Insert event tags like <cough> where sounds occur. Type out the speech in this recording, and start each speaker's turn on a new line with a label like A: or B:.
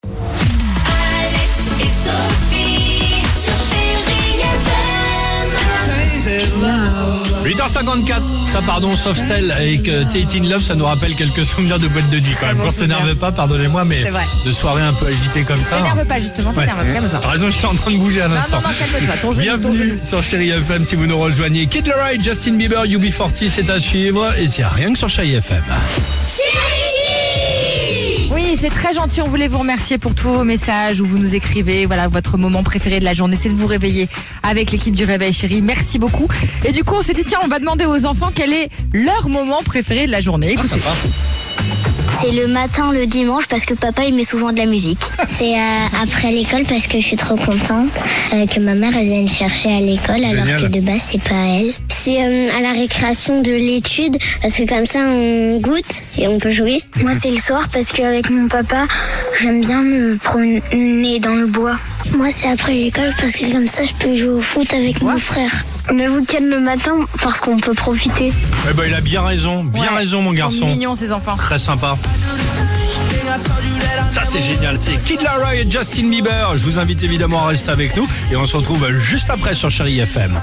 A: Alex et Sophie sur Chérie FM.
B: 8h54, ça pardon, Softel avec euh, Tate in Love, ça nous rappelle quelques <laughs> souvenirs de boîte de nuit quand même.
C: bon
B: Qu'on
C: souvenir.
B: s'énerve pas, pardonnez-moi, mais
C: C'est vrai.
B: de soirée un peu agitée comme ça. hein.
C: T'énerve pas justement,
B: Ouais.
C: t'énerve, calme-toi.
B: T'as raison, j'étais en train de bouger à
C: Non,
B: l'instant.
C: non, non, calme-toi, ton genou, ton
B: Bienvenue sur Chéri FM si vous nous rejoignez. Kid Laroi, Justin Bieber, UB40, c'est à suivre et c'est rien que sur Chéri FM.
C: Oui, c'est très gentil. On voulait vous remercier pour tous vos messages où vous nous écrivez. Voilà, votre moment préféré de la journée, c'est de vous réveiller avec l'équipe du Réveil Chéri. Merci beaucoup. Et du coup, on s'est dit, tiens, on va demander aux enfants quel est leur moment préféré de la journée.
B: Ah,
C: Écoutez.
B: sympa.
D: C'est le matin, le dimanche, parce que papa, il met souvent de la musique. C'est euh, après l'école, parce que je suis trop contente euh, que ma mère, elle vienne chercher à l'école, alors
B: Génial.
D: que de base, c'est pas elle. C'est euh, à la récréation de l'étude, parce que comme ça, on goûte et on peut jouer. Moi, c'est le soir, parce qu'avec mon papa, j'aime bien me promener dans le bois. Moi, c'est après l'école, parce que comme ça, je peux jouer au foot avec mon frère. Le week-end le matin, parce qu'on peut profiter.
B: Eh ben, il a bien raison, bien
C: Ouais,
B: raison, mon
C: ils sont
B: garçon.
C: mignons, ces enfants.
B: Très sympa. Ça c'est génial, c'est Kid Laroi et Justin Bieber. Je vous invite évidemment à rester avec nous et on se retrouve juste après sur Chéri FM.